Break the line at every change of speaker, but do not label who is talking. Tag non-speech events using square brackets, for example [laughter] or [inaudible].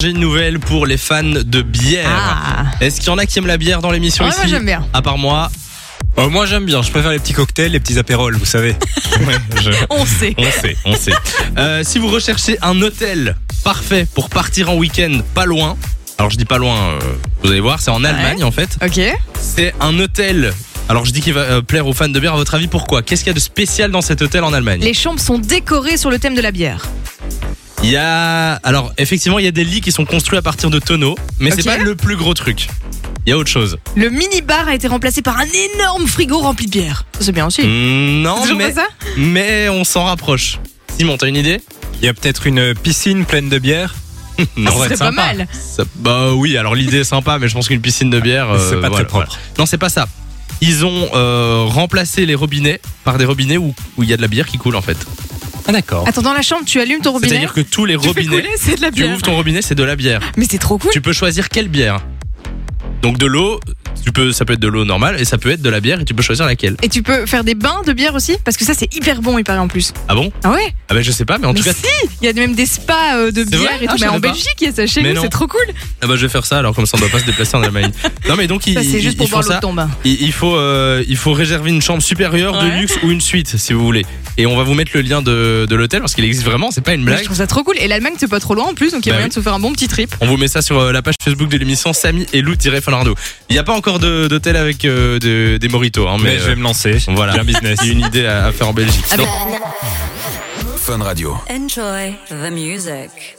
J'ai une nouvelle pour les fans de bière.
Ah.
Est-ce qu'il y en a qui aiment la bière dans l'émission
Ouais,
ici
moi, j'aime bien.
À part moi.
Euh, moi j'aime bien, je préfère les petits cocktails, les petits apérols, vous savez.
[laughs] Ouais, je-
On sait.
On sait, on sait. Euh, si vous recherchez un hôtel parfait pour partir en week-end pas loin, alors je dis pas loin, euh, vous allez voir, c'est en Allemagne en fait.
Ok.
C'est un hôtel. Alors je dis qu'il va euh, plaire aux fans de bière, à votre avis pourquoi Qu'est-ce qu'il y a de spécial dans cet hôtel en Allemagne
Les chambres sont décorées sur le thème de la bière.
Il y a. Alors effectivement, il y a des lits qui sont construits à partir de tonneaux, mais
Ok.
c'est pas le plus gros truc. Il y a autre
[laughs]
chose.
Le mini-bar a été remplacé par un énorme frigo rempli de bière. C'est bien aussi. C'est
Non,
toujours
Mm. mais.
pas ça
Mais on s'en rapproche. Simon, t'as une idée
Il y a peut-être une piscine pleine de bière.
Non,
Ah, ce
ouais,
serait
sympa.
pas mal.
Ça- bah oui, alors l'idée est sympa, mais je pense qu'une piscine de bière. euh,
c'est pas
voilà,
très propre.
voilà. Non, c'est pas ça. Ils ont euh, remplacé les robinets par des robinets où où il y a de la bière qui coule en fait.
Ah d'accord.
Attends, dans la chambre, tu allumes ton robinet.
C'est-à-dire que tous les
Tu fais
robinets,
couler, c'est de la
tu
bière.
ouvres ton robinet, c'est de la bière.
Mais c'est trop cool.
Tu peux choisir quelle bière. Donc de l'eau, tu peux, ça peut être de l'eau normale et ça peut être de la bière et tu peux choisir laquelle.
Et tu peux faire des bains de bière aussi Parce que ça, c'est hyper bon, il paraît en plus.
Ah bon
Ah ouais
Ah ben je sais pas, mais en
Mais
tout cas,
si Il y a même des spas euh, de
C'est
bière
vrai
et
Ah,
tout.
je
mais en
savais pas.
Belgique, il y a ça chez
Mais
nous,
non.
c'est trop cool.
ah bah je vais faire ça alors comme ça on doit pas se déplacer en Allemagne. Non mais donc ils,
Ça, c'est
ils-
juste pour
ils
boire
font
l'eau de
ça.
ton bain.
Il il faut, euh, il faut réserver une chambre supérieure de
Ouais.
luxe ou une suite si vous voulez. Et on va vous mettre le lien de, de l'hôtel parce qu'il existe vraiment, c'est pas une
Mais Je
blague.
trouve ça trop cool. Et l'Allemagne, c'est pas trop loin en plus, donc il y a
Bah
moyen
oui.
de se faire un bon petit trip.
On vous met ça sur euh, la page Facebook de l'émission Samy et Lou-Fanardo. Il n'y a pas encore de- d'hôtel avec euh, de- des moritos, hein,
Mais,
mais,
je vais me lancer.
euh, voilà.
J'ai un business.
Il y a une idée
ben,
à, à faire en Belgique.
Ah,
Non.
Fun Radio.
Enjoy the music.